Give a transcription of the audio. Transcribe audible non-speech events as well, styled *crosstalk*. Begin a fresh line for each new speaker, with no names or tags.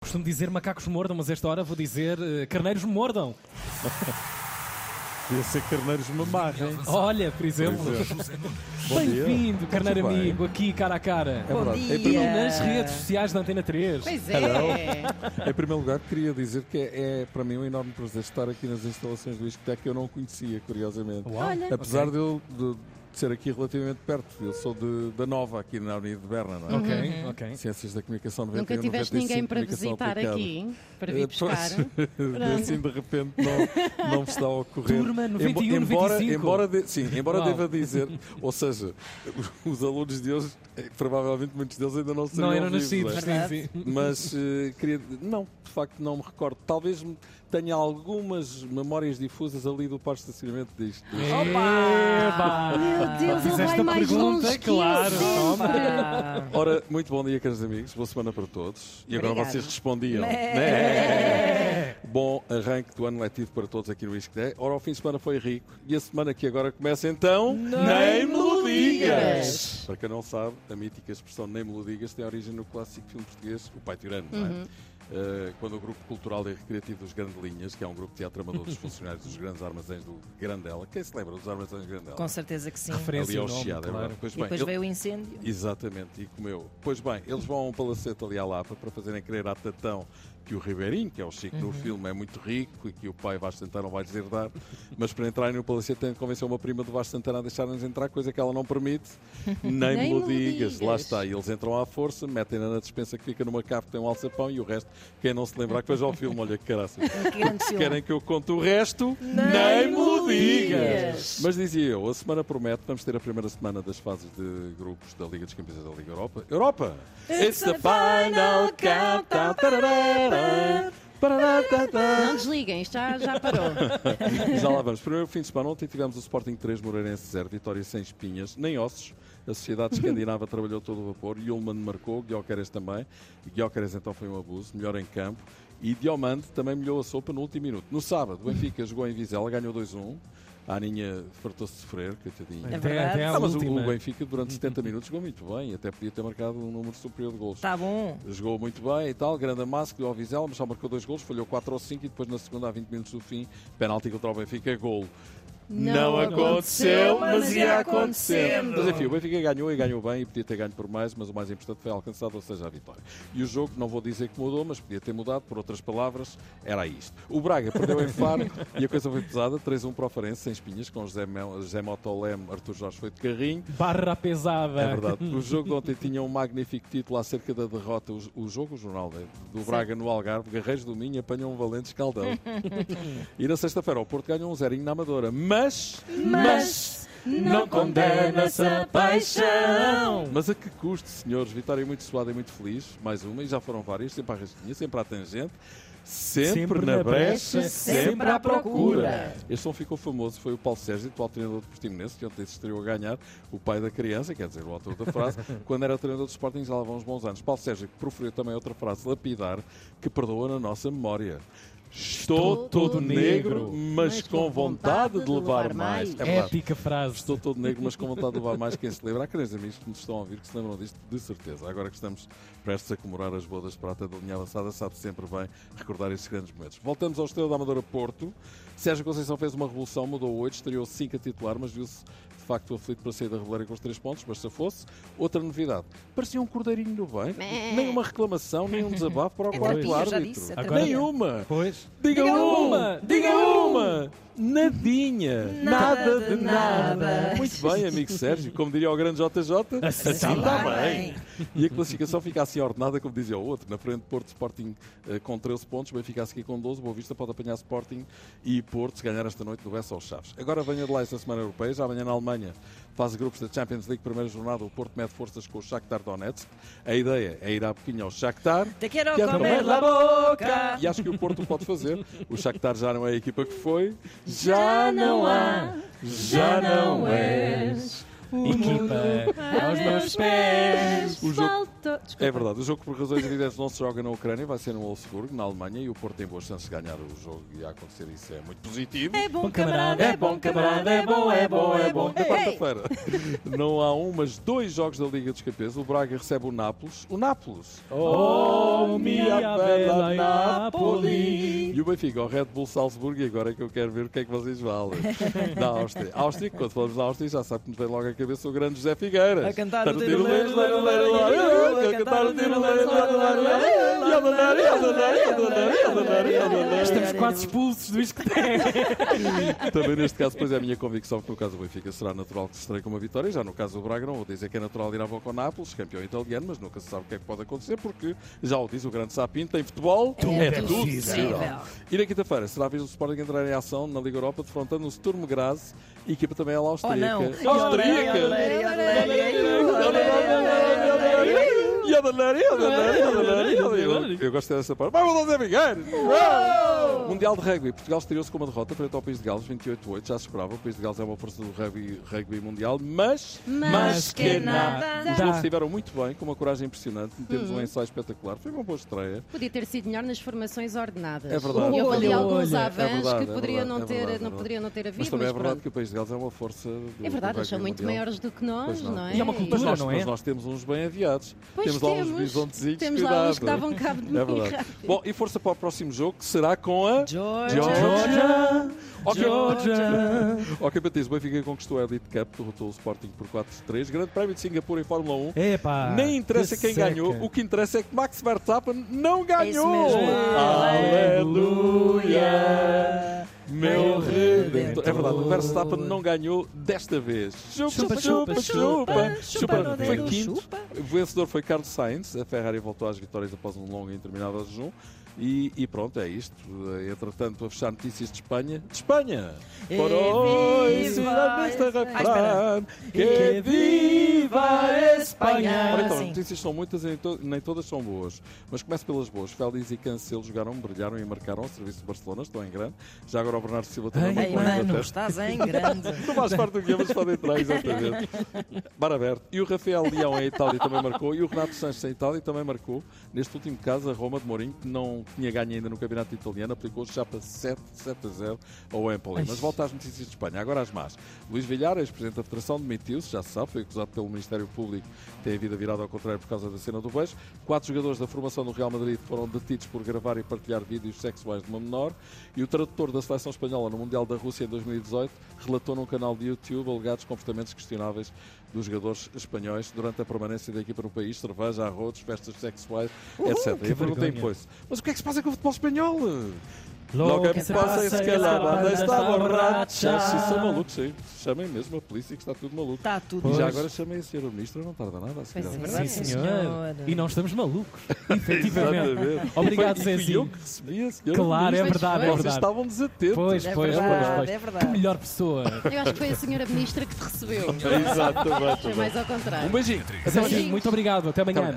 Costumo dizer macacos mordam, mas esta hora vou dizer eh, carneiros me mordam.
Devia ser carneiros mamarrem.
Olha, por exemplo.
Por exemplo.
*laughs*
Bom dia.
Bem-vindo, carneiro
Muito bem.
amigo, aqui cara a cara.
É verdade. Em
E
primeiro,
nas redes sociais da Antena 3.
Pois é.
Hello. em primeiro lugar, queria dizer que é, é, para mim um enorme prazer estar aqui nas instalações do Isqueteca que eu não o conhecia, curiosamente.
Uau.
Olha.
Apesar de eu de, de ser aqui relativamente perto, eu sou de, da Nova, aqui na Avenida de Berna, não é?
Ok, ok.
Ciências da Comunicação 91,
Nunca tiveste
95,
ninguém para
comunicação
visitar
aplicada.
aqui, para
Eh,
vir buscar.
pois, assim *laughs* de repente não, não me está a ocorrer.
Turma
Embo-
91,
embora,
95.
embora de- sim, embora
Uau.
deva dizer, ou seja, os alunos de hoje, eh, provavelmente muitos deles ainda não seriam
Não eram
vivos,
nascidos,
é?
sim, sim.
Mas eh, queria. Não, de facto não me recordo. Talvez me- tenha algumas memórias difusas ali do par de estacionamento disto.
É, Opa!
Meu Deus, ele
Fizeste
vai
a
mais
pergunta,
longe
claro,
que eu sempre.
Ora, muito bom dia, caros amigos. Boa semana para todos. E agora
Obrigada.
vocês respondiam.
Né?
Né? Bom arranque do ano letivo para todos aqui no Isqueté. Ora, o fim de semana foi rico. E a semana que agora começa, então, Nem me lo digas! Para quem não sabe, a mítica expressão Nem me lo digas tem origem no clássico filme português O Pai Tirano, não é? Eh, quando o Grupo Cultural e Recreativo dos Grandelinhas, que é um grupo de teatro amador dos funcionários dos grandes armazéns do Grandela, quem se lembra dos armazéns do Grandela?
Com certeza que sim.
Referência
Ali ao
ao nome,
Chiado, é
claro.
verdade. Pois
E
bem,
depois
ele-
veio o incêndio.
Exatamente, e comeu. Pois bem, eles vão a um palacete ali à Lapa para fazerem crer à Tatão que o Ribeirinho, que é o Chico no filme, é muito rico e que o pai Vasco Santana não vai deserdar, mas para entrarem no palacete têm de convencer uma prima do Vasco Santana a deixarem-nos entrar, coisa que ela não permite, nem,
Nem
me lo
me
digas.
digas.
Lá está, e eles entram à força, metem-na na dispensa que fica numa cave que tem um alçapão e o resto, quem não se lembrar que veja o filme, olha que caraças.
Que grande
Se
*laughs* filme.
querem que eu conte o resto, nem
Nem
me o
me
digas.
digas.
Mas dizia eu, a semana promete, vamos ter a primeira semana das fases de grupos da Liga dos Campeões da Liga Europa. Europa! It's the final countdown. Tararara,
Não
pararatata.
desliguem, isto já, já parou.
*laughs* Já lá vamos. Primeiro fim de semana, ontem tivemos o Sporting 3, Moreirense 0, vitória sem espinhas, nem ossos. A sociedade escandinava *laughs* trabalhou todo o vapor, Yulman marcou, Guiocares também. Guiocares então foi um abuso, melhor em campo. E Diomande também melhorou a sopa no último minuto. No sábado, o Benfica *laughs* jogou em Vizela, ganhou 2-1. A Aninha fartou-se de sofrer, coitadinha.
É
Até, até
verdade.
à
Ah, mas o-
última.
o Benfica durante 70 minutos jogou muito bem, até podia ter marcado um número superior de gols.
Está bom.
Jogou muito bem e tal, grande amasso que deu ao Vizela, mas só marcou dois gols, falhou 4 ou 5 e depois na segunda, há 20 minutos do fim, penalti contra o Benfica, golo.
Não
aconteceu, mas ia acontecendo.
Mas enfim, o Benfica ganhou e ganhou bem e podia ter ganho por mais, mas o mais importante foi alcançado, ou seja, a vitória. E o jogo, não vou dizer que mudou, mas podia ter mudado, por outras palavras, era isto. O Braga perdeu em
*laughs*
Faro e a coisa foi pesada, 3-1 para o Farense, sem espinhas, com José, Mel, José Motolem, Arthur Jorge foi de carrinho,
Barra pesada.
é verdade. O jogo de ontem tinha um magnífico título acerca da derrota. O, o jogo, o jornal né, do Braga no Algarve, Guerreiros do Minho apanham um valente
*laughs*
escaldão. e na sexta-feira o Porto ganhou um zerinho na Amadora. Mas,
Mas
não
condena-se a paixão.
mas a que custo, senhores? Vitória muito suada e muito feliz. Mais uma, e já foram várias, sempre à rastinha, sempre à tangente. Sempre, na, brecha, sempre à procura. Este som ficou famoso, foi o Paulo Sérgio, atual treinador do Portimonense, que ontem se estreou a ganhar, o pai da criança, quer dizer, o autor da *laughs* frase, quando era treinador do Sporting já lá vão uns bons anos. Paulo Sérgio que proferiu também outra frase, lapidar, que perdoa na nossa memória. Estou, todo negro, mas, com vontade de levar mais. É verdade.
Épica frase.
Estou todo negro, mas com vontade de levar mais quem se lembra. Há queridos amigos que nos estão a ouvir que se lembram disto, de certeza. Agora que estamos prestes a comemorar as bodas de prata da linha avançada, sabe sempre bem recordar esses grandes momentos. Voltamos ao Estrela da Amadora Porto. Sérgio Conceição fez uma revolução, mudou oito, estreou cinco a titular, mas viu-se de facto aflito para sair da reboleira com os três pontos, mas se fosse, outra novidade. Parecia um cordeirinho do bem, nem uma reclamação, nem um desabafo para o
É
quarto
terapia, já
árbitro.
disse, é
terapia.
Nenhuma!
Pois.
Diga,
Diga
uma,
uma,
diga uma, nadinha, nada,
Nada
de
de
nada.
nada.
Muito bem, amigo Sérgio, como diria o grande JJ, assim está bem. E a classificação fica assim ordenada, como dizia o outro, na frente Porto Sporting eh, com 13 pontos, Benfica a seguir com 12, Boa Vista pode apanhar Sporting e Porto se ganhar esta noite no Bessa aos Chaves. Agora venha de lá esta semana europeia, já amanhã na Alemanha, fase de grupos da Champions League, primeira jornada, o Porto mede forças com o Shakhtar Donetsk. A ideia é ir à boquinha ao Shakhtar
Te quero
Quero comer
comer la boca.
e acho que o Porto pode fazer. O Shakhtar já não é a equipa que foi.
Já não é. há,
é. já não és.
e quinta aos meus pés.
O jogo-
Falta. Desculpa.
É verdade, o jogo por razões evidentes não se joga na Ucrânia, vai ser no Wolfsburg, na Alemanha, e o Porto tem boas chances de ganhar o jogo e a acontecer isso é muito positivo.
É bom camarada, é bom camarada, é bom, é bom, é bom.
Na quarta-feira não há um, mas dois jogos da Liga dos Campeões. O Braga recebe o Nápoles. O Nápoles!
Oh, minha bela Napoli.
E o Benfica, o Red Bull Salzburgo. E agora é que eu quero ver o que é que vocês valem da Áustria. Áustria, quando falamos da Áustria, já sabe que nos vem logo à cabeça o grande José Figueiras.
A cantar
Tá
o
no
tiro leiro, leiro, leiro, leiro, leiro, a cantar o tiro leiro, leiro, leiro, leiro,
E a mandar, e a mandar, e a mandar, e a mandar, e a mandar.
Estamos quase expulsos do discoteca.
Também neste caso, pois é a minha convicção que no caso do Benfica será natural que se estreie com uma vitória. Já no caso do Braga, não vou dizer que é natural ir à boca ao Nápoles, campeão italiano, mas nunca se sabe o que é que pode acontecer, porque já o diz o grande Sapinto, em futebol é, tudo possível. E na quinta-feira será a vez do Sporting entrar em ação na Liga Europa, defrontando-se Turmo Graz, equipa também ela austríaca.
Oh, não.
Austríaca! Eu gosto dessa parte. Vai, Zé Miguel! Mundial de Rugby. Portugal estreou-se com uma derrota frente ao País de Gales, 28-8. Já se esperava. O País de Gales é uma força do rugby, rugby mundial, mas...
Mas que
Os
nada.
jogadores estiveram muito bem, com uma coragem impressionante. Temos
Hum.
um ensaio espetacular. Foi uma boa estreia.
Podia ter sido melhor nas formações ordenadas.
É verdade.
Eu
Olha,
ali alguns
olha.
avanços
É verdade,
que
é
poderia
verdade,
não
é verdade, é
ter, não
verdade.
poderia não ter havido,
Mas
mas,
também é verdade
pronto.
que o País de Gales é uma força do
É verdade,
do
eles são
rugby
muito
mundial.
maiores do que nós,
Pois
não.
não.
é?
E é uma
Mas
cultura,
nós,
não é?
mas nós temos uns bem aviados.
Pois
temos, lá uns
temos.
bisontezinhos.
Temos
cuidado.
lá uns que davam cabo de
*laughs*
mim.
É verdade. Bom, e força para o próximo jogo, que será com a...
Georgia,
Ok.
Georgia.
Ok, Patrícia, o Benfica conquistou a Elite Cup, derrotou o Sporting por 4-3. Grande prémio de Singapura em Fórmula 1.
Epá,
Nem interessa
que
quem
seca.
ganhou, o que interessa é que Max Verstappen não ganhou!
É isso mesmo.
Aleluia! Meu
Meu
redentor!
Redentor.
É verdade, o Verstappen não ganhou desta vez. Chupa,
Chupa,
chupa, chupa!
chupa,
chupa,
chupa, chupa no
Foi
dedo,
quinto.
chupa.
O vencedor foi Carlos Sainz. A Ferrari voltou às vitórias após um longo e interminável jejum. E, e pronto, é isto. Entretanto, a fechar notícias de Espanha. De Espanha!
E
Por hoy,
viva
ciudad de este
Espanha. Ah,
refrán,
Que
que viva
a
Espanha!
Espanha.
Ora, então,
Sim.
notícias são muitas e nem to- nem todas são boas. Mas começo pelas boas. Félix e Cancelo jogaram, brilharam e marcaram ao serviço do Barcelona. Estão em grande. Já agora o Bernardo Silva também
Ei,
marcou
Ei,
em
mano,
Inglaterra.
estás em grande.
Não faz parte do guia, mas pode entrar, exatamente. Bar aberto. E o Rafael Leão em Itália também marcou. E o Renato Sanches em Itália também marcou. Neste último caso, a Roma de Mourinho, que não tinha ganho ainda no campeonato italiano, aplicou chapa 7, 7 a 0 ao Empoli.
Ai.
Mas volta às notícias de Espanha. Agora às más. Luís Villar, ex-presidente da Federação, demitiu-se, já se sabe, foi acusado pelo Ministério Público de ter a vida virada ao contrário por causa da cena do beijo. Quatro jogadores da formação do Real Madrid foram detidos por gravar e partilhar vídeos sexuais de uma menor. E o tradutor da seleção espanhola no Mundial da Rússia em 2018 relatou num canal de YouTube alegados comportamentos questionáveis dos jogadores espanhóis durante a permanência da equipa no país, cerveja, arrotos, festas sexuais, etc.
que
Eu perguntei
vergonha.
depois, mas o que é que se passa com o futebol espanhol? é
Logo que se passa, é que a banda está borracha.
Vocês são malucos, sim. Chamem mesmo a polícia que está tudo maluco.
Está Tá tudo.
E
Pois.
já agora chamem a senhora ministra, não tarda nada a seguir.
Tá. Pois
à
é.
frente.
Sim,
Verdade,
senhor.
senhora.
E não estamos malucos. Efetivamente.
Exatamente.
Obrigado,
Foi-
Zezinho.
Fui eu que recebi a senhora
Claro, é
ministra.
verdade, é
Vocês
verdade.
estavam desatentos.
Pois,
É
pois,
verdade,
pois,
é
pois.
verdade.
Que melhor pessoa.
Eu acho que foi a senhora ministra que te recebeu.
Exatamente.
Foi mais ao contrário.
Um beijinho.
Zezinho, muito obrigado. Até amanhã.